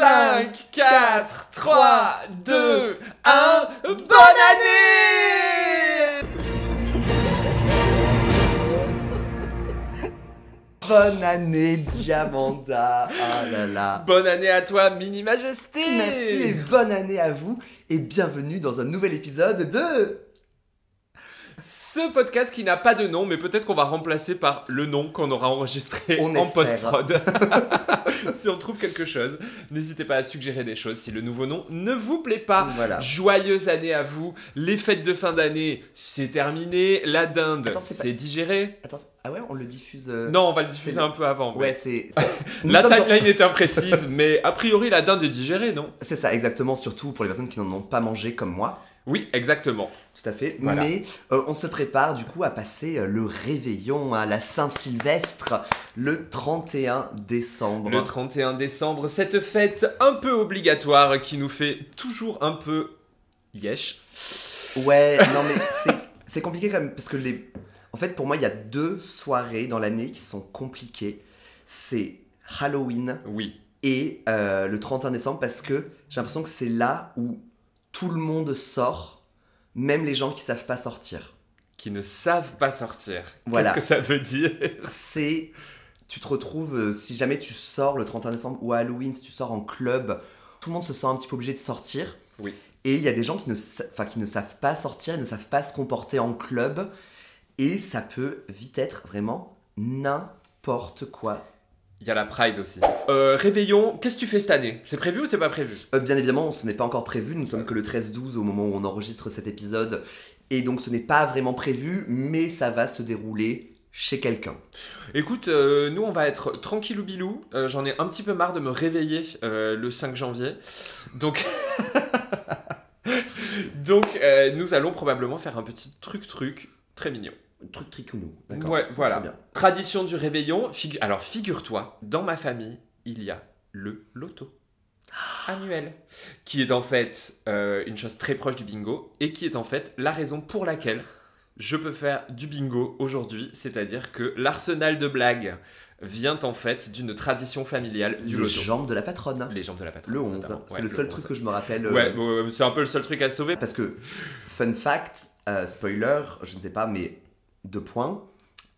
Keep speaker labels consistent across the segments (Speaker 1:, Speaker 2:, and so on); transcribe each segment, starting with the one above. Speaker 1: 5, 4, 3, 2, 1, bonne année
Speaker 2: Bonne année, Diamanda. Oh là là.
Speaker 1: Bonne année à toi, Mini Majesté
Speaker 2: Merci et bonne année à vous et bienvenue dans un nouvel épisode de
Speaker 1: Ce podcast qui n'a pas de nom, mais peut-être qu'on va remplacer par le nom qu'on aura enregistré
Speaker 2: On
Speaker 1: en
Speaker 2: espère.
Speaker 1: post-prod. si on trouve quelque chose, n'hésitez pas à suggérer des choses si le nouveau nom ne vous plaît pas.
Speaker 2: Voilà.
Speaker 1: Joyeuse année à vous, les fêtes de fin d'année, c'est terminé, la dinde,
Speaker 2: Attends, c'est pas-
Speaker 1: c'est digéré.
Speaker 2: Attends, ah ouais, on le diffuse euh,
Speaker 1: Non, on va le diffuser
Speaker 2: le-
Speaker 1: un peu avant. mais-
Speaker 2: Ouais, c'est Nous
Speaker 1: La
Speaker 2: sommes en-
Speaker 1: timeline est imprécise, mais a priori la dinde est digérée, non
Speaker 2: C'est ça exactement, surtout pour les personnes qui n'en ont pas mangé comme moi.
Speaker 1: Oui, exactement.
Speaker 2: Tout à fait,
Speaker 1: Voilà.
Speaker 2: mais euh, on se prépare du coup à passer euh, le réveillon à la Saint-Sylvestre le 31 décembre.
Speaker 1: Le 31 décembre, cette fête un peu obligatoire qui nous fait toujours un peu yesh.
Speaker 2: Ouais, non mais c'est- c'est compliqué quand même parce que les. En fait, pour moi, il y a deux soirées dans l'année qui sont compliquées. C'est Halloween
Speaker 1: Oui,
Speaker 2: et euh, le 31 décembre parce que j'ai l'impression que c'est là où tout le monde sort, même les gens qui savent pas sortir.
Speaker 1: qui ne savent pas sortir.
Speaker 2: Voilà.
Speaker 1: Qu'est-ce que ça veut dire
Speaker 2: C'est. Tu te retrouves, euh, si jamais tu sors le 31 décembre ou à Halloween, si tu sors en club, tout le monde se sent un petit peu obligé de sortir.
Speaker 1: Oui.
Speaker 2: Et il y a des gens qui ne, sa- enfin, qui ne savent pas sortir, ils ne savent pas se comporter en club. Et ça peut vite être vraiment n'importe quoi.
Speaker 1: Il y a la Pride aussi. Euh, réveillon, qu'est-ce que tu fais cette année C'est prévu ou c'est pas prévu
Speaker 2: Euh, bien évidemment, ce n'est pas encore prévu, nous ne sommes que le 13-12 au moment où on enregistre cet épisode. Et donc ce n'est pas vraiment prévu, mais ça va se dérouler chez quelqu'un.
Speaker 1: Écoute, euh, nous on va être tranquillou bilou. Euh, J'en ai un petit peu marre de me réveiller euh, le 5 janvier. Donc, donc euh, nous allons probablement faire un petit truc truc très mignon.
Speaker 2: Truc tricounou, d'accord
Speaker 1: Ouais, voilà.
Speaker 2: Très bien.
Speaker 1: Tradition du réveillon. figu- Alors figure-toi, dans ma famille, il y a le loto annuel, qui est en fait euh, une chose très proche du bingo et qui est en fait la raison pour laquelle je peux faire du bingo aujourd'hui, c'est-à-dire que l'arsenal de blagues vient en fait d'une tradition familiale du
Speaker 2: Les
Speaker 1: loto.
Speaker 2: jambes de la patronne.
Speaker 1: Les jambes de la patronne.
Speaker 2: Le 11,
Speaker 1: notamment.
Speaker 2: c'est
Speaker 1: Ouais,
Speaker 2: le seul
Speaker 1: 11.
Speaker 2: truc que je me rappelle. euh,
Speaker 1: Ouais, ouais, ouais, c'est un peu le seul truc à sauver.
Speaker 2: Parce que, fun fact, euh, spoiler, je ne sais pas, mais deux points.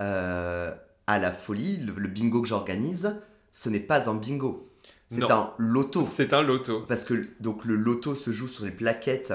Speaker 2: euh, à la folie, le, le bingo que j'organise, ce n'est pas un bingo.
Speaker 1: Non.
Speaker 2: C'est un loto.
Speaker 1: C'est un loto.
Speaker 2: Parce que donc, le loto se joue sur les plaquettes,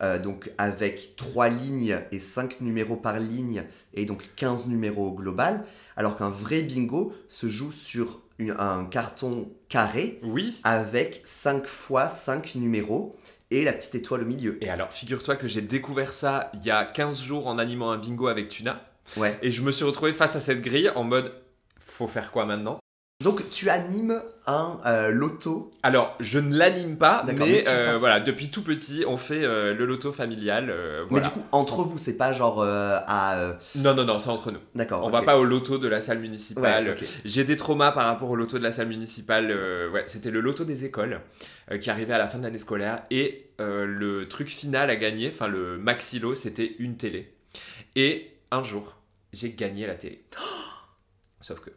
Speaker 2: euh, donc avec trois lignes et cinq numéros par ligne, et donc 15 numéros au global. Alors qu'un vrai bingo se joue sur une- un carton carré
Speaker 1: Oui.
Speaker 2: avec 5 fois 5 numéros et la petite étoile au milieu.
Speaker 1: Et alors, figure-toi que j'ai découvert ça il y a 15 jours en animant un bingo avec Tuna.
Speaker 2: Ouais.
Speaker 1: Et je me suis retrouvé face à cette grille en mode faut faire quoi maintenant
Speaker 2: Donc tu animes un euh, loto.
Speaker 1: Alors, je ne l'anime pas, mais,
Speaker 2: D'accord, mais tu
Speaker 1: euh,
Speaker 2: penses.
Speaker 1: voilà, depuis tout petit, on fait euh, le loto familial. euh, voilà.
Speaker 2: Mais du coup, entre vous, c'est pas genre euh, à. euh,
Speaker 1: Non, non, non, c'est entre nous.
Speaker 2: D'accord.
Speaker 1: on
Speaker 2: Oh, ok.
Speaker 1: va pas au loto de la salle municipale.
Speaker 2: Ouais, ok.
Speaker 1: J'ai des traumas par rapport au loto de la salle municipale. euh, ouais, c'était le loto des écoles euh, qui arrivait à la fin de l'année scolaire et euh, le truc final à gagner, enfin le maxi lot, c'était une télé. Et un jour, j'ai gagné la télé. Sauf que.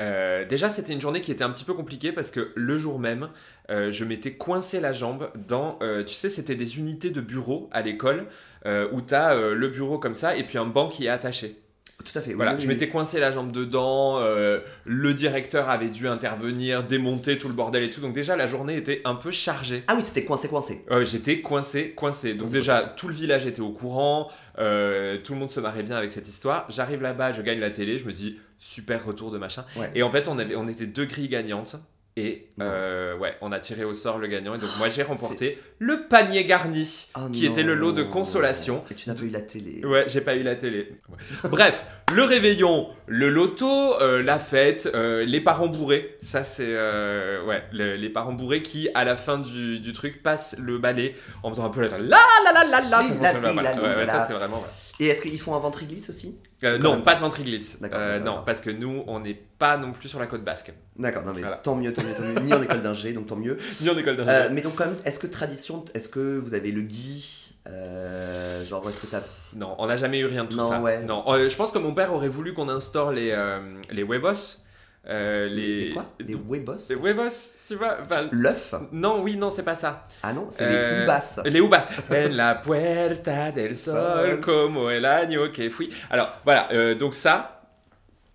Speaker 1: euh, déjà, c'était une journée qui était un petit peu compliquée parce que le jour même, euh, je m'étais coincé la jambe dans. euh, tu sais, c'était des unités de bureau à l'école euh, où t'as euh, le bureau comme ça et puis un banc qui est attaché.
Speaker 2: Tout à fait. oui,
Speaker 1: Voilà,
Speaker 2: oui,
Speaker 1: je
Speaker 2: oui.
Speaker 1: m'étais coincé la jambe dedans, euh, le directeur avait dû intervenir, démonter tout le bordel et tout, donc déjà la journée était un peu chargée.
Speaker 2: Ah oui, c'était coincé, coincé.
Speaker 1: Euh, j'étais coincé, coincé. Donc
Speaker 2: Ah, C'est
Speaker 1: déjà, tout le village était au courant, euh, tout le monde se marrait bien avec cette histoire. J'arrive là-bas, je gagne la télé, je me dis, super retour de machin.
Speaker 2: Ouais.
Speaker 1: Et en fait, on, avait, on était deux grilles gagnantes. Et
Speaker 2: Non.
Speaker 1: euh, ouais, on a tiré au sort le gagnant. Et donc moi, j'ai remporté le panier garni.
Speaker 2: Oh
Speaker 1: Qui était le lot de
Speaker 2: non.
Speaker 1: consolation.
Speaker 2: Et tu n'as pas eu la télé.
Speaker 1: Ouais, j'ai pas eu la télé. Bref, le réveillon, le loto, euh, la fête, euh, les parents bourrés. Ça, c'est. euh, ouais, le- les parents bourrés qui, à la fin du, du truc, passent le balai en faisant un peu la. La la la la la
Speaker 2: Oui,
Speaker 1: ça
Speaker 2: la
Speaker 1: fonctionne pas
Speaker 2: vie,
Speaker 1: mal.
Speaker 2: la
Speaker 1: Ouais, ouais,
Speaker 2: vie,
Speaker 1: ça,
Speaker 2: la-
Speaker 1: c'est vraiment. ouais.
Speaker 2: Et est-ce qu'ils font un ventriglisse aussi
Speaker 1: Euh,
Speaker 2: Quand
Speaker 1: non,
Speaker 2: même.
Speaker 1: pas de ventriglisse.
Speaker 2: D'accord,
Speaker 1: Euh,
Speaker 2: d'accord,
Speaker 1: non,
Speaker 2: d'accord.
Speaker 1: parce que nous, on n'est pas non plus sur la côte basque.
Speaker 2: D'accord, non mais
Speaker 1: Voilà.
Speaker 2: tant mieux, tant mieux, tant mieux. Ni en école d'ingé, donc tant mieux.
Speaker 1: Ni en école de
Speaker 2: Euh, mais donc quand même, est-ce que tradition, est-ce que vous avez le gui euh, Genre, est-ce que t'as.
Speaker 1: Non, on n'a jamais eu rien de tout
Speaker 2: Non,
Speaker 1: ça.
Speaker 2: ouais.
Speaker 1: Non, Euh, je pense que mon père aurait voulu qu'on instaure les, euh, les Webos. Euh, les...
Speaker 2: Les quoi Les huevos
Speaker 1: Les huevos, tu vois. enfin,
Speaker 2: L'œuf
Speaker 1: non, oui, non, c'est pas ça.
Speaker 2: Ah non, c'est
Speaker 1: Euh,
Speaker 2: les ubas.
Speaker 1: Les ubas. en la puerta del sol,
Speaker 2: Sol.
Speaker 1: como el año que fui. Alors, voilà, euh, donc ça,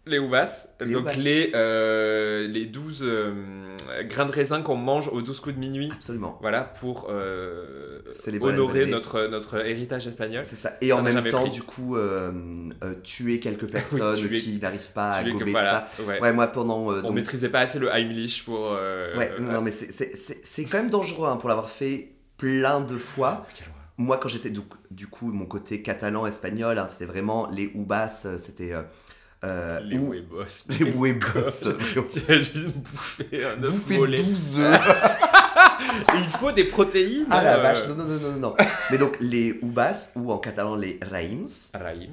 Speaker 1: les uvas,
Speaker 2: Les
Speaker 1: donc
Speaker 2: uvas.
Speaker 1: les, euh, les 12 euh, grains de raisin qu'on mange aux 12 coups de minuit.
Speaker 2: Absolument.
Speaker 1: Voilà, pour euh,
Speaker 2: Célébrer la
Speaker 1: honorer
Speaker 2: nouvelle année.
Speaker 1: notre, notre héritage espagnol.
Speaker 2: C'est ça. Et
Speaker 1: Ça
Speaker 2: en
Speaker 1: n'a
Speaker 2: même
Speaker 1: jamais
Speaker 2: temps,
Speaker 1: pris.
Speaker 2: du coup, euh, euh, tuer quelques personnes
Speaker 1: tuer-
Speaker 2: qui n'arrivent pas à
Speaker 1: Tu sais que
Speaker 2: gober
Speaker 1: voilà, ouais.
Speaker 2: ça. Ah, Ouais, moi pendant. euh,
Speaker 1: On
Speaker 2: donc-
Speaker 1: maîtrisait pas assez le Heimlich pour. euh,
Speaker 2: Ouais,
Speaker 1: euh,
Speaker 2: non, non, mais c'est- c'est c'est- c'est quand même dangereux hein, pour l'avoir fait plein de fois.
Speaker 1: quelle horreur.
Speaker 2: Moi, quand j'étais donc, du coup, mon côté catalan-espagnol, hein, c'était vraiment les ubas, euh, c'était. euh, euh,
Speaker 1: Les
Speaker 2: ou-
Speaker 1: huevos.
Speaker 2: les huevos.
Speaker 1: T'imagines bouffer un œuf
Speaker 2: Bouffer
Speaker 1: mollet.
Speaker 2: 12 œufs.
Speaker 1: Et Il faut des protéines.
Speaker 2: Ah la
Speaker 1: euh,
Speaker 2: vache, non, non, non, non, non, non. Mais donc, les ubas, ou en catalan les raims,
Speaker 1: Raïm.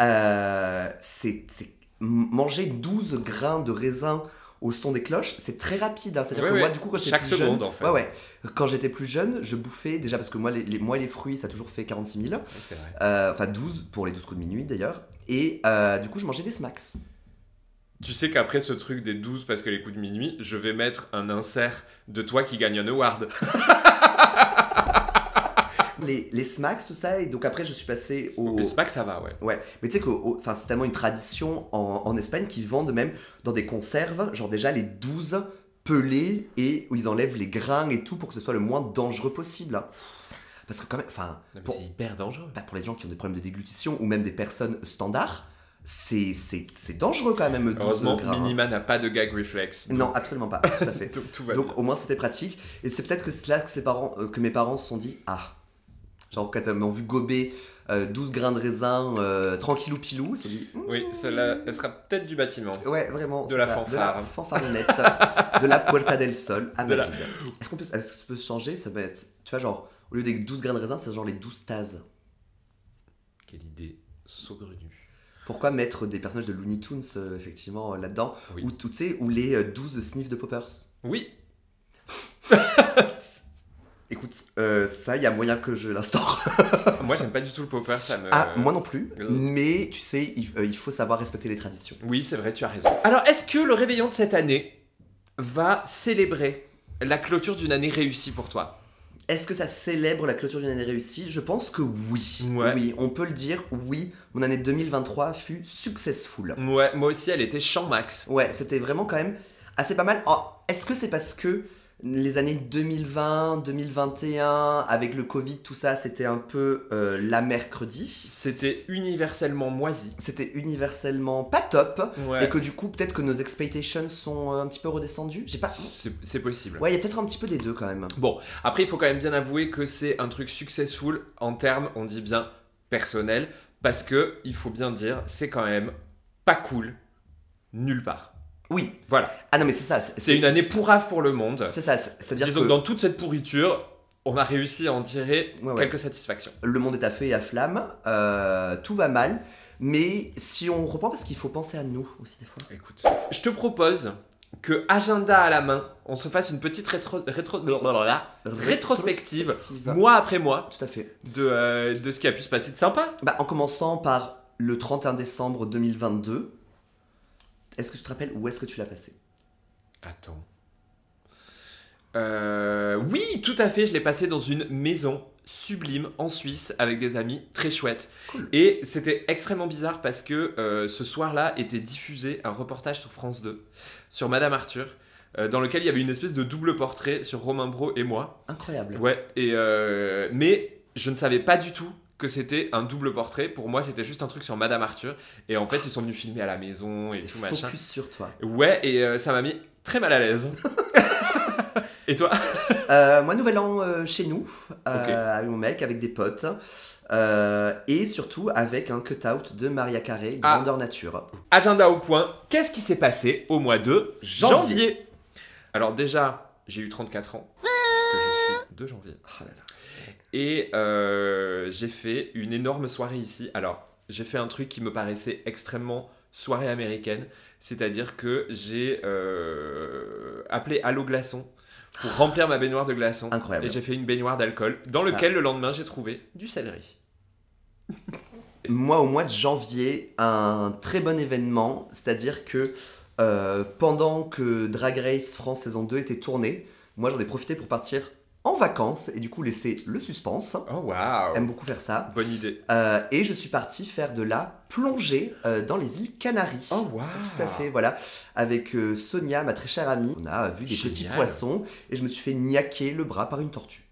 Speaker 2: euh, c'est c'est- m- manger 12 grains de raisin au son des cloches, c'est très rapide. hein. C'est-à-dire
Speaker 1: Ouais,
Speaker 2: que moi,
Speaker 1: ouais.
Speaker 2: du coup, quand j'étais
Speaker 1: Chaque
Speaker 2: plus
Speaker 1: seconde,
Speaker 2: jeune,
Speaker 1: en fait.
Speaker 2: ouais, ouais. quand j'étais plus jeune, je bouffais déjà parce que moi, les, les- moi, les fruits, ça a toujours fait 46 000.
Speaker 1: Ouais, C'est vrai.
Speaker 2: Euh, Enfin, 12 pour les 12 coups de minuit d'ailleurs. Et euh, du coup, je mangeais des smacks.
Speaker 1: Tu sais qu'après ce truc des 12 parce que les coups de minuit, je vais mettre un insert de toi qui gagne un award.
Speaker 2: Les, les smacks, tout ça. Et donc après, je suis passé au.
Speaker 1: Le SPAC, ça va, ouais.
Speaker 2: Ouais, mais tu sais que au- enfin, c'est tellement une tradition en, en Espagne qu'ils vendent même dans des conserves, genre déjà les 12 pelés et où ils enlèvent les grains et tout pour que ce soit le moins dangereux possible. hein. Parce que quand même, enfin,
Speaker 1: Non, mais
Speaker 2: pour,
Speaker 1: C'est hyper dangereux.
Speaker 2: bah, pour les gens qui ont des problèmes de déglutition ou même des personnes standards, c'est c'est- c'est dangereux quand même 12
Speaker 1: Heureusement,
Speaker 2: grains. hein.
Speaker 1: Minima n'a pas de gag reflex. donc-
Speaker 2: Non, absolument pas, tout à fait.
Speaker 1: donc tout va bien.
Speaker 2: Donc au moins c'était pratique et c'est peut-être que c'est là que, ses parents, euh, que mes parents se sont dit ah genre quand ils m'ont vu gober euh, 12 grains de raisin euh, tranquillou pilou, ils se sont dit Hmm,
Speaker 1: Oui, celle-là, elle sera peut-être du bâtiment.
Speaker 2: Ouais, vraiment.
Speaker 1: De
Speaker 2: c'est
Speaker 1: la
Speaker 2: ça,
Speaker 1: fanfare.
Speaker 2: De la fanfaronnette. de la Puerta del Sol à
Speaker 1: De la-
Speaker 2: Madrid. Est-ce qu'on peut, est-ce que ça peut se changer Ça peut être, tu vois, genre, au lieu des 12 grains de raisin, c'est genre les 12 tazes.
Speaker 1: Quelle idée saugrenue.
Speaker 2: Pourquoi mettre des personnages de Looney Tunes, euh, effectivement, euh, là-dedans
Speaker 1: Oui.
Speaker 2: Ou, tu sais, ou les euh, 12 sniffs de Poppers
Speaker 1: Oui,
Speaker 2: Écoute, euh, ça, il y a moyen que je l'instaure.
Speaker 1: moi j'aime pas du tout le popper, ça me.
Speaker 2: Ah, moi non plus.
Speaker 1: euh.
Speaker 2: Mais, tu sais, il, euh, il faut savoir respecter les traditions.
Speaker 1: Oui, c'est vrai, tu as raison. Alors, est-ce que le réveillon de cette année va célébrer la clôture d'une année réussie pour toi
Speaker 2: Est-ce que ça célèbre la clôture d'une année réussie Je pense que oui.
Speaker 1: Ouais.
Speaker 2: Oui, on peut le dire, oui. Mon année 2023 fut successful.
Speaker 1: Ouais, moi aussi, elle était champ max.
Speaker 2: Ouais, c'était vraiment quand même assez pas mal. Oh, Est-ce que c'est parce que les années 2020, 2021, avec le Covid, tout ça, c'était un peu euh, la mercredi
Speaker 1: C'était universellement moisi.
Speaker 2: C'était universellement pas top.
Speaker 1: Ouais.
Speaker 2: Et que du coup, peut-être que nos expectations sont euh, un petit peu redescendues. J'ai pas.
Speaker 1: C'est c'est possible.
Speaker 2: Ouais, il y a peut-être un petit peu des deux quand même.
Speaker 1: Après, il faut quand même bien avouer que c'est un truc successful en termes, on dit bien personnel, parce que il faut bien dire, c'est quand même pas cool nulle part.
Speaker 2: Oui.
Speaker 1: Voilà.
Speaker 2: Ah non, mais c'est ça. C'est
Speaker 1: C'est une année pourrave pour le monde.
Speaker 2: C'est ça. c'est- C'est-à-dire
Speaker 1: Disons
Speaker 2: que
Speaker 1: que dans toute cette pourriture, on a réussi à en tirer
Speaker 2: Ouais, ouais.
Speaker 1: quelques satisfactions.
Speaker 2: le monde est à feu et à flamme. euh, tout va mal. Mais si on reprend, parce qu'il faut penser à nous aussi des fois.
Speaker 1: Écoute, je te propose que agenda à la main, on se fasse une petite rétro- rétro- blablabla, Rétrospective.
Speaker 2: Rétrospective.
Speaker 1: mois après mois,
Speaker 2: Tout à fait.
Speaker 1: de, euh, de ce qui a pu se passer de sympa.
Speaker 2: Bah, en commençant par le 31 décembre 2022, est-ce que tu te rappelles où est-ce que tu l'as passé
Speaker 1: Attends. Euh, oui, tout à fait, je l'ai passé dans une maison sublime en Suisse avec des amis très chouettes.
Speaker 2: Cool.
Speaker 1: Et c'était extrêmement bizarre parce que euh, ce soir-là était diffusé un reportage sur France 2 sur Madame Arthur. euh, dans lequel il y avait une espèce de double portrait sur Romain Bro et moi.
Speaker 2: Incroyable.
Speaker 1: Ouais, et euh, mais je ne savais pas du tout que c'était un double portrait. Pour moi, c'était juste un truc sur Madame Arthur. Et en fait, ils sont venus filmer à la maison et
Speaker 2: C'était
Speaker 1: tout
Speaker 2: focus
Speaker 1: machin.
Speaker 2: sur toi.
Speaker 1: Ouais, et euh, ça m'a mis très mal à l'aise. et toi
Speaker 2: Euh, moi, nouvel an euh, chez nous, euh, avec mon mec, avec des potes. euh, et surtout avec un cut-out de Maria Carré,
Speaker 1: Ah.
Speaker 2: Grandeur Nature.
Speaker 1: Agenda au point, qu'est-ce qui s'est passé au mois de janvier,
Speaker 2: Janvier.
Speaker 1: Alors déjà, j'ai eu 34 ans, puisque je suis de janvier.
Speaker 2: Oh là là.
Speaker 1: Et euh, j'ai fait une énorme soirée ici. Alors, j'ai fait un truc qui me paraissait extrêmement soirée américaine, c'est-à-dire que j'ai euh, appelé Allo Glaçon pour remplir ma baignoire de glaçons.
Speaker 2: Incroyable.
Speaker 1: Et j'ai fait une baignoire d'alcool, dans
Speaker 2: Ça.
Speaker 1: lequel le lendemain j'ai trouvé du céleri.
Speaker 2: Moi, au mois de janvier, un très bon événement, c'est-à-dire que Euh, pendant que Drag Race France saison 2 était tournée, moi j'en ai profité pour partir en vacances et du coup laisser le suspense.
Speaker 1: Oh waouh
Speaker 2: J'aime beaucoup faire ça.
Speaker 1: Bonne idée.
Speaker 2: Euh, et je suis parti faire de la plongée euh, dans les îles Canaries.
Speaker 1: Oh waouh
Speaker 2: Tout à fait, voilà. Avec euh, Sonia, ma très chère amie, on a vu des
Speaker 1: Génial.
Speaker 2: petits poissons et je me suis fait niaquer le bras par une tortue.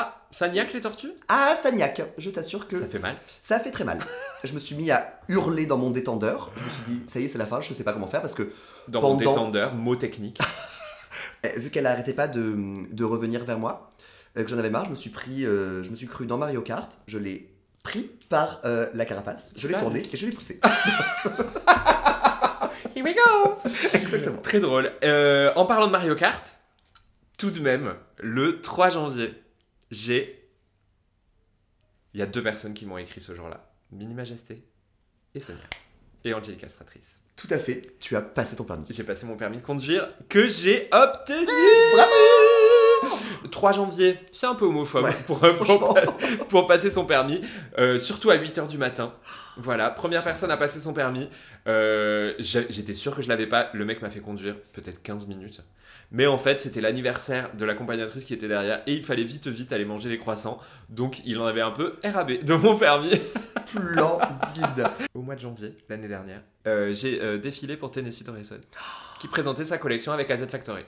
Speaker 1: Ah, ça niaque les tortues
Speaker 2: Ah, ça niaque Je t'assure que
Speaker 1: Ça fait mal.
Speaker 2: ça a fait très mal. je me suis mis à hurler dans mon détendeur. Je me suis dit, ça y est, c'est la fin, je sais pas comment faire parce que
Speaker 1: Dans mon
Speaker 2: Pendant-
Speaker 1: détendeur, mot technique.
Speaker 2: euh, vu qu'elle arrêtait pas de, de revenir vers moi, euh, que j'en avais marre, je me suis pris, euh, je me suis cru dans Mario Kart, je l'ai pris par euh, la carapace, je l'ai
Speaker 1: Super.
Speaker 2: tourné et je l'ai poussé.
Speaker 1: Here we go
Speaker 2: Exactement.
Speaker 1: Très drôle. Euh, en parlant de Mario Kart, tout de même, le 3 janvier, j'ai. Il y a deux personnes qui m'ont écrit ce jour-là Mini Majesté et Sonia. Et Angélica Stratrice.
Speaker 2: Tout à fait, tu as passé ton permis.
Speaker 1: J'ai passé mon permis de conduire que j'ai obtenu
Speaker 2: Bravo
Speaker 1: 3 janvier, c'est un peu homophobe
Speaker 2: Ouais,
Speaker 1: pour, euh, pour-
Speaker 2: franchement.
Speaker 1: pour passer son permis, euh, surtout à 8h du matin. Voilà, première personne à passer son permis. Euh, j'a- J'étais sûr que je l'avais pas, le mec m'a fait conduire peut-être 15 minutes. Mais en fait, c'était l'anniversaire de l'accompagnatrice qui était derrière et il fallait vite, vite aller manger les croissants. Donc il en avait un peu RAB de mon permis.
Speaker 2: Splendide.
Speaker 1: Au mois de janvier, l'année dernière, euh, j'ai euh, défilé pour Tennessee Torreson qui présentait sa collection avec AZ Factory.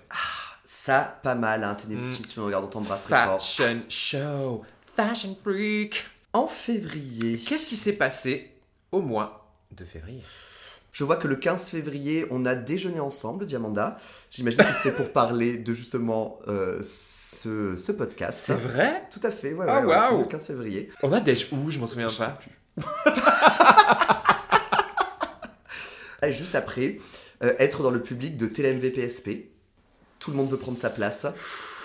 Speaker 2: Ça, pas mal, hein, Tennessee,
Speaker 1: Mm.
Speaker 2: tu nous regardes, on t'embrasse très fort.
Speaker 1: Fashion show, fashion freak.
Speaker 2: En février,
Speaker 1: Qu'est-ce qui s'est passé au mois de février
Speaker 2: je vois que le 15 février, on a déjeuné ensemble, Diamanda. J'imagine que c'était pour parler de justement euh, ce, ce podcast.
Speaker 1: vrai
Speaker 2: Tout à fait, ouais,
Speaker 1: Ah,
Speaker 2: ouais, ouais,
Speaker 1: waouh.
Speaker 2: le 15 février.
Speaker 1: On a déj où Je m'en souviens pas.
Speaker 2: Allez, juste après, euh, être dans le public de TLMVPSP. Tout le monde veut prendre sa place.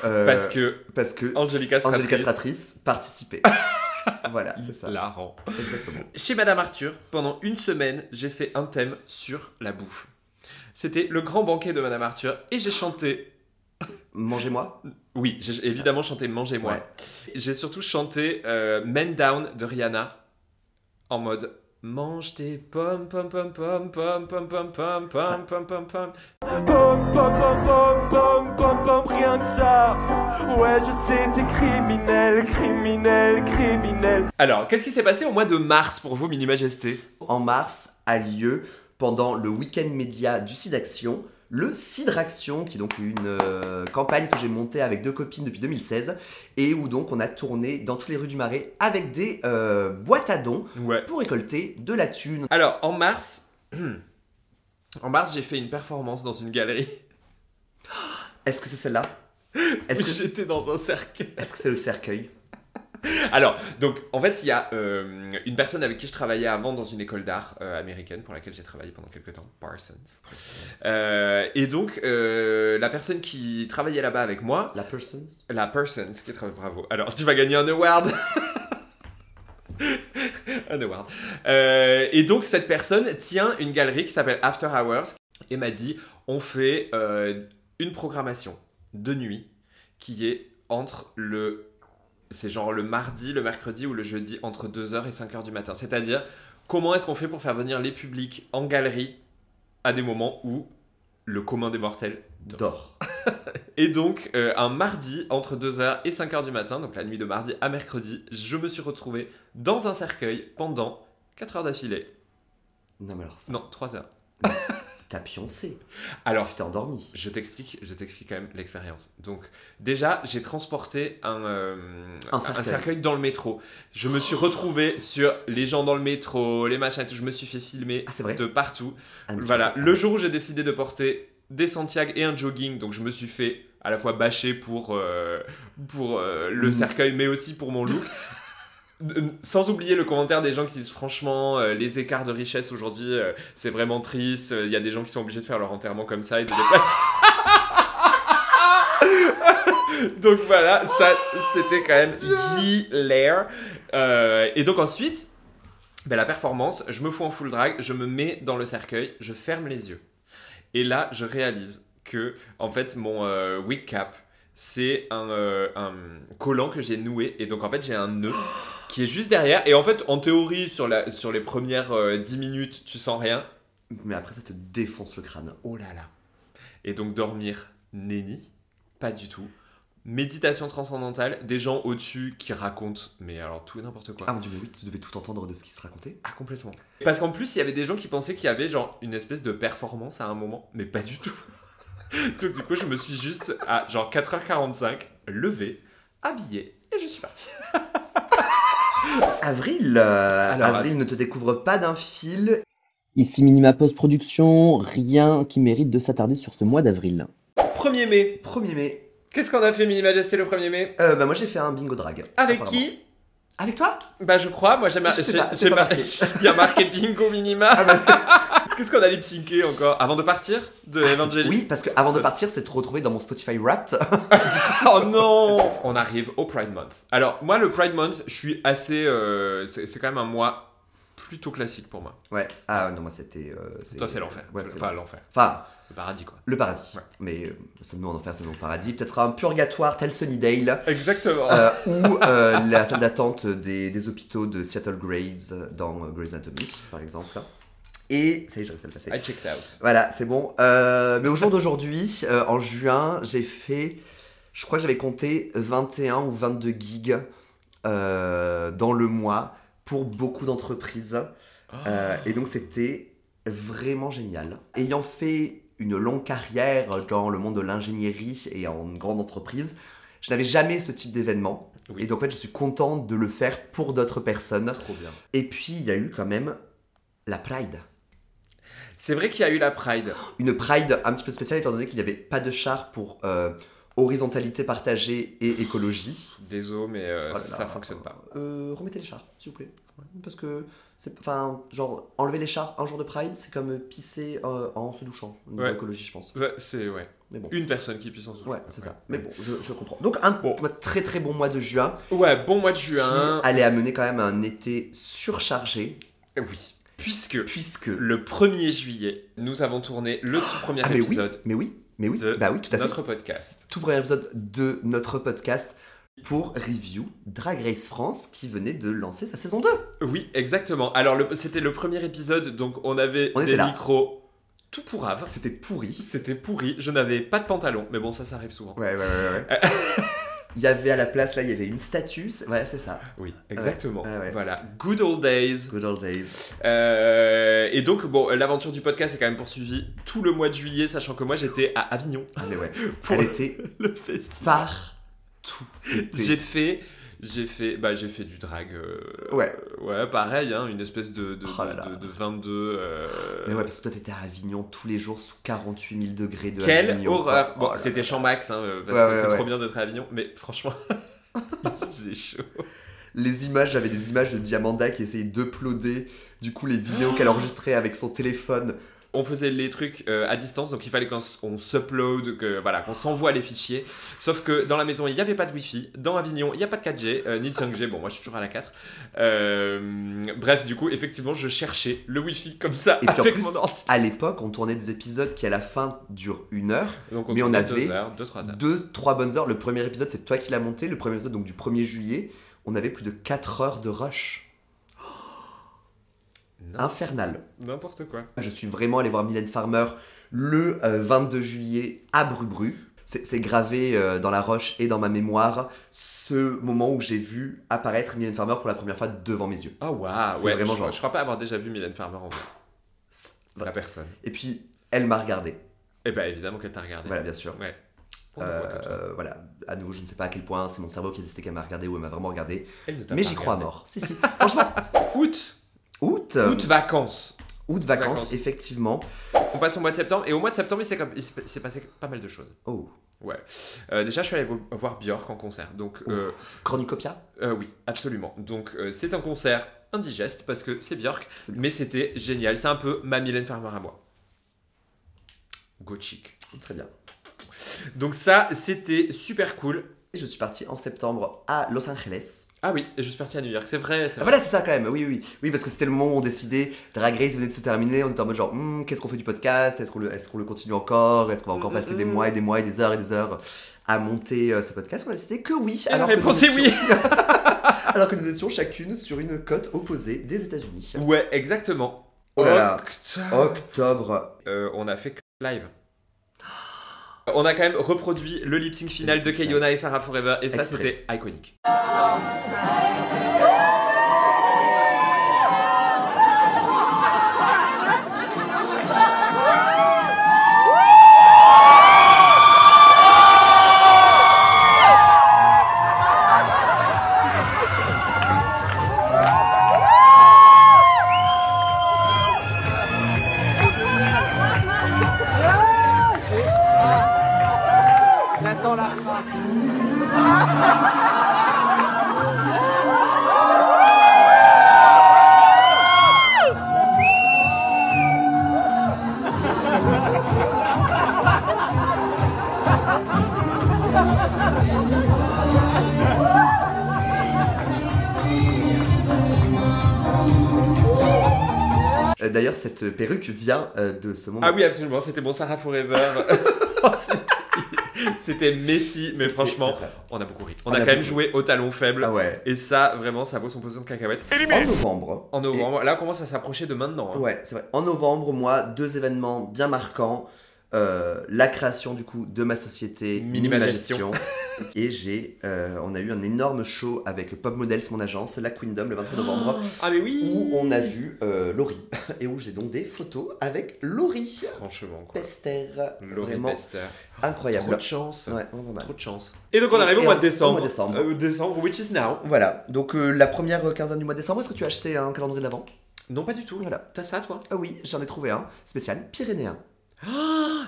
Speaker 2: euh,
Speaker 1: Parce que
Speaker 2: parce que
Speaker 1: Angelica Stratrice.
Speaker 2: Angelica Stratrice participait.
Speaker 1: ah,
Speaker 2: voilà, c'est ça.
Speaker 1: la rend.
Speaker 2: Exactement.
Speaker 1: Chez Madame Arthur, pendant une semaine, j'ai fait un thème sur la bouffe. C'était le grand banquet de Madame Arthur et j'ai chanté.
Speaker 2: Mangez-moi.
Speaker 1: Oui, j'ai évidemment chanté Mangez-moi.
Speaker 2: Ouais.
Speaker 1: J'ai surtout chanté euh, Men Down de Rihanna en mode Mange tes pommes, pommes, pommes, pommes, pommes, pommes, pommes, pommes, pommes, pommes, pommes, pommes.
Speaker 3: Pom pom pom pom pom pom pom rien que ça Ouais je sais c'est criminel, criminel, criminel
Speaker 1: Alors, qu'est-ce qui s'est passé au mois de mars pour vous, Mini Majesté
Speaker 2: En mars a lieu, pendant le week-end média du SIDAction, le SIDRAction, qui est donc une euh, campagne que j'ai montée avec deux copines depuis 2016, et où donc on a tourné dans toutes les rues du Marais avec des euh, boîtes à dons
Speaker 1: Ouais.
Speaker 2: pour récolter de la thune.
Speaker 1: Alors, en mars, en mars, j'ai fait une performance dans une galerie.
Speaker 2: Est-ce que c'est celle-là Est-ce que
Speaker 1: J'étais dans un cercueil.
Speaker 2: est-ce que c'est le cercueil
Speaker 1: Alors, donc, en fait, il y a euh, une personne avec qui je travaillais avant dans une école d'art euh, américaine pour laquelle j'ai travaillé pendant quelques temps, Parsons. Euh, et donc, euh, la personne qui travaillait là-bas avec moi,
Speaker 2: La person's
Speaker 1: la personne, ce qui est très bravo. Alors, tu vas gagner un award. un award. Euh, et donc, cette personne tient une galerie qui s'appelle After Hours et m'a dit on fait euh, une programmation de nuit qui est entre le. C'est genre le mardi, le mercredi ou le jeudi, entre 2h et 5h du matin. C'est-à-dire, comment est-ce qu'on fait pour faire venir les publics en galerie à des moments où le commun des mortels
Speaker 2: D'or.
Speaker 1: et donc, euh, un mardi, entre 2h et 5h du matin, donc la nuit de mardi à mercredi, je me suis retrouvé dans un cercueil pendant 4 heures d'affilée.
Speaker 2: Non mais alors ça,
Speaker 1: Non, 3 heures.
Speaker 2: t'as pioncé,
Speaker 1: Alors,
Speaker 2: tu t'es endormi.
Speaker 1: je t'explique, je t'explique quand même l'expérience. Donc, déjà, j'ai transporté un, euh,
Speaker 2: Un cercueil.
Speaker 1: dans le métro. Je me suis retrouvé sur les gens dans le métro, les machins et tout. Je me suis fait filmer
Speaker 2: Ah c'est vrai
Speaker 1: de partout.
Speaker 2: Ah, mais tu
Speaker 1: Voilà,
Speaker 2: t'es-
Speaker 1: le jour où j'ai décidé de porter des Santiago et un jogging, donc je me suis fait à la fois bâcher pour, euh, pour euh, le
Speaker 2: Mm.
Speaker 1: cercueil, mais aussi pour mon look. N- Sans oublier le commentaire des gens qui disent franchement, euh, les écarts de richesse aujourd'hui, euh, c'est vraiment triste. euh, Il y a des gens qui sont obligés de faire leur enterrement comme ça. Et de donc voilà, ça c'était quand même hilaire. Euh, et donc ensuite, ben, la performance, je me fous en full drag, je me mets dans le cercueil, je ferme les yeux. Et là, je réalise que en fait mon euh, wig cap, c'est un, euh, un collant que j'ai noué. Et donc en fait, j'ai un nœud qui est juste derrière. Et en fait, en théorie, sur, la, sur les premières euh, 10 minutes, tu sens rien.
Speaker 2: mais après ça te défonce le crâne.
Speaker 1: Oh là là. Et donc dormir, nenni, pas du tout. Méditation transcendantale, des gens au-dessus qui racontent, mais alors tout et n'importe quoi.
Speaker 2: Ah mon dieu, mais oui, tu devais tout entendre de ce qui se racontait.
Speaker 1: Ah, complètement. Parce qu'en plus, il y avait des gens qui pensaient qu'il y avait genre une espèce de performance à un moment, mais pas du tout. Donc du coup, je me suis juste à genre 4h45 levé, habillé et je suis parti.
Speaker 2: Avril, euh,
Speaker 1: Alors,
Speaker 2: Avril ne te découvre pas d'un fil.
Speaker 4: Ici Minima Post Production, rien qui mérite de s'attarder sur ce mois d'avril.
Speaker 1: 1er mai.
Speaker 2: 1er mai.
Speaker 1: Qu'est-ce qu'on a fait Mini Majesté le 1er mai
Speaker 2: Euh, bah moi j'ai fait un bingo drag.
Speaker 1: Avec
Speaker 2: apparemment.
Speaker 1: qui
Speaker 2: Avec toi
Speaker 1: Bah je crois, moi j'ai mar-
Speaker 2: Je sais
Speaker 1: j'ai-
Speaker 2: pas,
Speaker 1: j'ai
Speaker 2: c'est pas
Speaker 1: mar-
Speaker 2: marqué.
Speaker 1: il y a marqué bingo minima.
Speaker 2: Ah bah,
Speaker 1: Qu'est-ce qu'on a lipsinké encore avant de partir de Evangelique
Speaker 2: Ah, Oui, parce que avant de partir, c'est de te retrouver dans mon Spotify Wrapped.
Speaker 1: Oh non On arrive au Pride Month. Alors, moi, le Pride Month, je suis assez. euh, c'est c'est quand même un mois plutôt classique pour moi.
Speaker 2: ouais. Ah non, moi c'était. euh,
Speaker 1: Toi, c'est l'enfer.
Speaker 2: Ouais, c'est-
Speaker 1: enfin, l'enfer.
Speaker 2: Enfin,
Speaker 1: Le paradis, quoi.
Speaker 2: le paradis.
Speaker 1: Ouais.
Speaker 2: Mais euh, sommes-nous en enfer, sommes-nous au paradis Peut-être un purgatoire tel Sunnydale.
Speaker 1: Exactement.
Speaker 2: euh, ou euh, la salle d'attente des, des hôpitaux de Seattle Grays dans euh, Grey's Anatomy, par exemple. Et ça y est, j'ai réussi à le passer.
Speaker 1: I checked out.
Speaker 2: Voilà, c'est bon. Euh, mais au jour d'aujourd'hui, euh, en juin, j'ai fait, je crois que j'avais compté 21 ou 22 gigs euh, dans le mois pour beaucoup d'entreprises.
Speaker 1: Ah,
Speaker 2: Euh, et donc c'était vraiment génial. Ayant fait une longue carrière dans le monde de l'ingénierie et en grande entreprise, je n'avais jamais ce type d'événement.
Speaker 1: Oui.
Speaker 2: Et donc en fait, je suis content de le faire pour d'autres personnes.
Speaker 1: Trop bien.
Speaker 2: Et puis, il y a eu quand même la Pride.
Speaker 1: C'est vrai qu'il y a eu la Pride.
Speaker 2: Une Pride un petit peu spéciale étant donné qu'il n'y avait pas de char pour euh, horizontalité partagée et écologie.
Speaker 1: Désolé, mais euh,
Speaker 2: Oh là
Speaker 1: ça
Speaker 2: là.
Speaker 1: fonctionne pas.
Speaker 2: Euh, remettez les chars, s'il vous plaît. Parce que, c'est, enfin, genre, enlever les chars un jour de Pride, c'est comme pisser euh, en se douchant. Une
Speaker 1: Ouais.
Speaker 2: écologie, je pense.
Speaker 1: Ça, C'est, ouais.
Speaker 2: Mais bon.
Speaker 1: Une personne qui puisse en
Speaker 2: Ouais, c'est ça. Mais bon, je, je comprends. Donc, un
Speaker 1: Bon.
Speaker 2: très très bon mois de juin
Speaker 1: Ouais, bon mois de
Speaker 2: qui
Speaker 1: juin.
Speaker 2: allait amener quand même un été surchargé,
Speaker 1: Oui. Puisque
Speaker 2: puisque.
Speaker 1: le 1er juillet, nous avons tourné le tout premier
Speaker 2: Ah, mais oui,
Speaker 1: épisode
Speaker 2: mais oui, mais oui,
Speaker 1: de
Speaker 2: bah oui, tout à fait.
Speaker 1: notre podcast.
Speaker 2: Tout premier épisode de notre podcast pour review Drag Race France qui venait de lancer sa saison 2.
Speaker 1: Oui, exactement. Alors, le- c'était le premier épisode, donc on avait
Speaker 2: On
Speaker 1: des
Speaker 2: était là.
Speaker 1: micros tout pourraves.
Speaker 2: C'était pourri.
Speaker 1: C'était pourri, je n'avais pas de pantalon, mais bon, ça, ça arrive souvent.
Speaker 2: Ouais, ouais, ouais. ouais. il y avait à la place, là, il y avait une statue. c'est- Ouais, c'est ça.
Speaker 1: Oui, exactement.
Speaker 2: Ouais, ouais.
Speaker 1: Voilà, good old days.
Speaker 2: Good old days.
Speaker 1: Euh, et donc, bon, l'aventure du podcast est quand même poursuivie tout le mois de juillet, sachant que moi, j'étais à Avignon
Speaker 2: Ah, mais ouais.
Speaker 1: pour
Speaker 2: Elle était
Speaker 1: le festival.
Speaker 2: partout. C'était-
Speaker 1: J'ai fait... J'ai fait, bah, j'ai fait du drag. euh,
Speaker 2: Ouais.
Speaker 1: euh, ouais, pareil, hein, une espèce de, de,
Speaker 2: Oh là là.
Speaker 1: de- de 22. euh,
Speaker 2: Mais ouais, parce que toi, t'étais à Avignon tous les jours sous 48 000 degrés de
Speaker 1: Quelle
Speaker 2: Avignon, quoi.
Speaker 1: horreur
Speaker 2: Oh
Speaker 1: Bon,
Speaker 2: là
Speaker 1: c'était
Speaker 2: là.
Speaker 1: Champmax, hein, euh, parce
Speaker 2: Ouais,
Speaker 1: que
Speaker 2: ouais,
Speaker 1: c'est
Speaker 2: ouais.
Speaker 1: trop bien d'être à Avignon, mais franchement, il faisait chaud.
Speaker 2: Les images, j'avais des images de Diamanda qui essayait d'uploader, du coup, les vidéos qu'elle enregistrait avec son téléphone.
Speaker 1: On faisait les trucs euh, à distance, donc il fallait qu'on s- on s'upload, que voilà, qu'on s'envoie les fichiers. Sauf que dans la maison, il n'y avait pas de Wi-Fi. Dans Avignon, il n'y a pas de 4G, euh, ni de 5G. Bon, moi, je suis toujours à la 4. Euh, bref, du coup, effectivement, je cherchais le Wi-Fi comme ça
Speaker 2: Et puis en
Speaker 1: avec
Speaker 2: plus,
Speaker 1: mon ordi.
Speaker 2: À l'époque, on tournait des épisodes qui, à la fin, durent une heure.
Speaker 1: Donc,
Speaker 2: mais on
Speaker 1: tournait
Speaker 2: avait
Speaker 1: deux heures, deux, trois heures.
Speaker 2: Deux, trois bonnes heures. Le premier épisode, c'est toi qui l'as monté. Le premier épisode, donc du 1er juillet, on avait plus de 4 heures de rush.
Speaker 1: Non,
Speaker 2: Ah. Infernal.
Speaker 1: N'importe quoi.
Speaker 2: Je suis vraiment allé voir Mylène Farmer le euh, 22 juillet à Brubru. C'est c'est gravé euh, dans la roche et dans ma mémoire ce moment où j'ai vu apparaître Mylène Farmer pour la première fois devant mes yeux.
Speaker 1: Ah, waouh,
Speaker 2: C'est
Speaker 1: ouais,
Speaker 2: vraiment
Speaker 1: je,
Speaker 2: genre-
Speaker 1: je crois pas avoir déjà vu Mylène Farmer en vrai. La personne.
Speaker 2: Et puis, elle m'a regardé.
Speaker 1: Eh ben, évidemment qu'elle t'a regardé.
Speaker 2: Voilà, bien sûr.
Speaker 1: Ouais. On ne voit que toi.
Speaker 2: Euh, voilà, à nouveau, je ne sais pas à quel point c'est mon cerveau qui a décidé qu'elle m'a regardé ou elle m'a vraiment regardé.
Speaker 1: Elle ne t'a
Speaker 2: Mais
Speaker 1: pas
Speaker 2: j'y crois à
Speaker 1: regardé.
Speaker 2: mort. Si, si. Franchement,
Speaker 1: Août,
Speaker 2: août, euh,
Speaker 1: août vacances.
Speaker 2: août vacances,
Speaker 1: vacances.
Speaker 2: effectivement.
Speaker 1: On passe au mois de septembre et au mois de septembre, il s'est comme- il s'est- s'est passé pas mal de choses.
Speaker 2: Oh,
Speaker 1: Euh, déjà, je suis allé vo- voir Björk en concert. Donc, euh,
Speaker 2: Cornucopia
Speaker 1: euh, oui, absolument. Donc, euh, c'est un concert indigeste parce que c'est Björk,
Speaker 2: C'est bien.
Speaker 1: mais c'était génial. C'est un peu ma Mylène Farmer à moi. Go chic.
Speaker 2: Très bien.
Speaker 1: Donc ça, c'était super cool.
Speaker 2: Et je suis parti en septembre à Los Angeles.
Speaker 1: Ah oui, et je suis parti à New York. C'est vrai. c'est
Speaker 2: Ah,
Speaker 1: vrai.
Speaker 2: voilà, c'est ça quand même, oui, oui, oui, parce que c'était le moment où on décidait, Drag Race venait de se terminer, on était en mode genre, Hmm, qu'est-ce qu'on fait du podcast, est-ce qu'on le, est qu'on le continue encore, est-ce qu'on va encore
Speaker 1: Mm,
Speaker 2: passer
Speaker 1: mm,
Speaker 2: des
Speaker 1: mm.
Speaker 2: mois et des mois et des heures et des heures à monter euh, ce podcast On a décidé que oui,
Speaker 1: Et la réponse
Speaker 2: nous
Speaker 1: est oui.
Speaker 2: étions- alors que nous étions chacune sur une côte opposée des États-Unis.
Speaker 1: Ouais, exactement.
Speaker 2: Oh là là.
Speaker 1: Octa-
Speaker 2: Octobre.
Speaker 1: Euh, on a fait que live. On a quand même reproduit le lip sync final de Keyona et Sarah Forever et ça
Speaker 2: Extrait. Ah
Speaker 1: c'était iconique.
Speaker 2: Euh, D'ailleurs, cette perruque vient euh, de ce moment.
Speaker 1: Ah oui absolument, c'était bon Sarah Forever. C'était- c'était Messi mais
Speaker 2: C'était-
Speaker 1: franchement on a beaucoup ri. On,
Speaker 2: On
Speaker 1: a,
Speaker 2: a
Speaker 1: quand même
Speaker 2: beaucoup
Speaker 1: joué au talon faible
Speaker 2: Ah ouais.
Speaker 1: et ça vraiment ça vaut son posé de cacahuète.
Speaker 2: En novembre.
Speaker 1: En novembre, là on commence à s'approcher de maintenant.
Speaker 2: et-
Speaker 1: hein.
Speaker 2: ouais, c'est vrai. En novembre, moi, deux événements bien marquants. Euh, la création du coup de ma société
Speaker 1: Minimagestion.
Speaker 2: Minimagestion. et j'ai, euh, on a eu un énorme show avec Pop Models, mon agence, la Queendom le 23 novembre,
Speaker 1: Ah mais oui.
Speaker 2: où on a vu euh, Laurie et où j'ai donc des photos avec Laurie
Speaker 1: Franchement quoi.
Speaker 2: Pester,
Speaker 1: Laurie
Speaker 2: vraiment
Speaker 1: Pester.
Speaker 2: incroyable.
Speaker 1: Trop de chance.
Speaker 2: Ouais, vraiment mal.
Speaker 1: Trop de chance. Et donc on
Speaker 2: Et-
Speaker 1: arrive au
Speaker 2: et
Speaker 1: mois
Speaker 2: en-
Speaker 1: de décembre.
Speaker 2: au mois de décembre.
Speaker 1: Euh, décembre, which is now.
Speaker 2: Voilà, donc euh, la première quinzaine du mois de décembre, est-ce que tu as acheté un calendrier de l'Avent
Speaker 1: Non pas du tout.
Speaker 2: Voilà.
Speaker 1: T'as ça toi
Speaker 2: Ah oui, j'en ai trouvé un, spécial pyrénéen.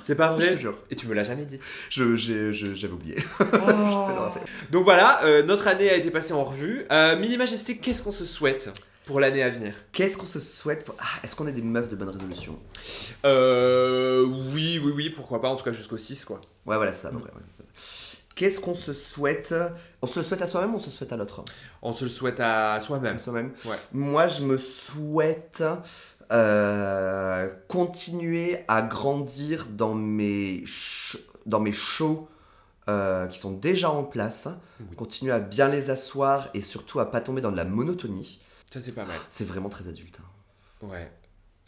Speaker 1: C'est pas
Speaker 2: Ah, Je
Speaker 1: vrai.
Speaker 2: te jure.
Speaker 1: Et tu me l'as jamais dit.
Speaker 2: Je- j'ai- je- J'avais oublié.
Speaker 1: Oh. Donc voilà, euh, notre année a été passée en revue. Euh, Mini Majesté, qu'est-ce qu'on se souhaite pour l'année à venir
Speaker 2: Qu'est-ce qu'on se souhaite pour- Ah, Est-ce qu'on est des meufs de bonne résolution
Speaker 1: Euh. Oui, oui, oui, pourquoi pas, en tout cas jusqu'au 6, quoi.
Speaker 2: Ouais, voilà, c'est ça. à peu près, ouais, c'est ça. Qu'est-ce qu'on se souhaite On se le souhaite à soi-même ou on se le souhaite à l'autre
Speaker 1: On se le souhaite à
Speaker 2: À
Speaker 1: soi-même.
Speaker 2: soi-même.
Speaker 1: Ouais.
Speaker 2: Moi, je me souhaite euh, continuer à grandir dans mes, ch- dans mes shows euh, qui sont déjà en place,
Speaker 1: Oui.
Speaker 2: continuer à bien les asseoir et surtout à pas tomber dans de la monotonie.
Speaker 1: Ça, c'est pas mal.
Speaker 2: C'est vraiment très adulte. hein.
Speaker 1: Ouais.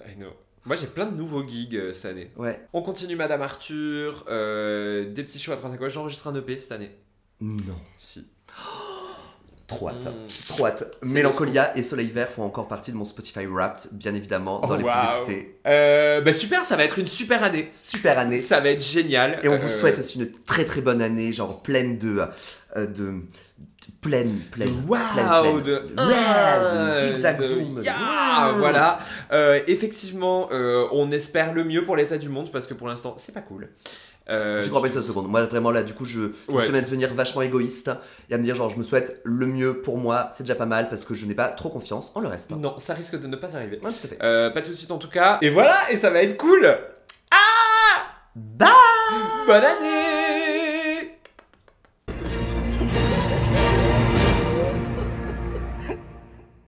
Speaker 1: I know. Moi, j'ai plein de nouveaux gigs euh, cette année.
Speaker 2: Ouais.
Speaker 1: On continue Madame Arthur, euh, des petits shows à droite à gauche. J'enregistre un EP cette année.
Speaker 2: Non.
Speaker 1: Si.
Speaker 2: Trop hâte.
Speaker 1: Mm.
Speaker 2: Trop hâte. Mélancolia et Soleil Vert font encore partie de mon Spotify Wrapped, bien évidemment, dans
Speaker 1: Oh,
Speaker 2: les
Speaker 1: waouh.
Speaker 2: plus écoutés.
Speaker 1: Euh, bah super, ça va être une super année.
Speaker 2: Super année.
Speaker 1: Ça va être génial.
Speaker 2: Et on
Speaker 1: Euh,
Speaker 2: vous souhaite aussi une très très bonne année, genre pleine de. euh, de, de- pleine, pleine.
Speaker 1: de
Speaker 2: pleine,
Speaker 1: Waouh
Speaker 2: pleine.
Speaker 1: de,
Speaker 2: Yeah,
Speaker 1: Ah,
Speaker 2: de zigzag
Speaker 1: de-
Speaker 2: zoom.
Speaker 1: yeah, voilà. Euh, effectivement, euh, on espère le mieux pour l'état du monde parce que pour l'instant, c'est pas cool. Euh,
Speaker 2: J'y crois pas une seule seconde. Moi, vraiment, là, du coup, je, je
Speaker 1: Ouais.
Speaker 2: me suis mis à devenir vachement égoïste et à me dire, genre, je me souhaite le mieux pour moi, c'est déjà pas mal parce que je n'ai pas trop confiance en le reste.
Speaker 1: non, ça risque de ne pas arriver.
Speaker 2: Ouais, tout à fait.
Speaker 1: Euh, pas tout de suite en tout cas. Et voilà, et ça va être cool.
Speaker 2: Bye!
Speaker 1: Ah Bonne année.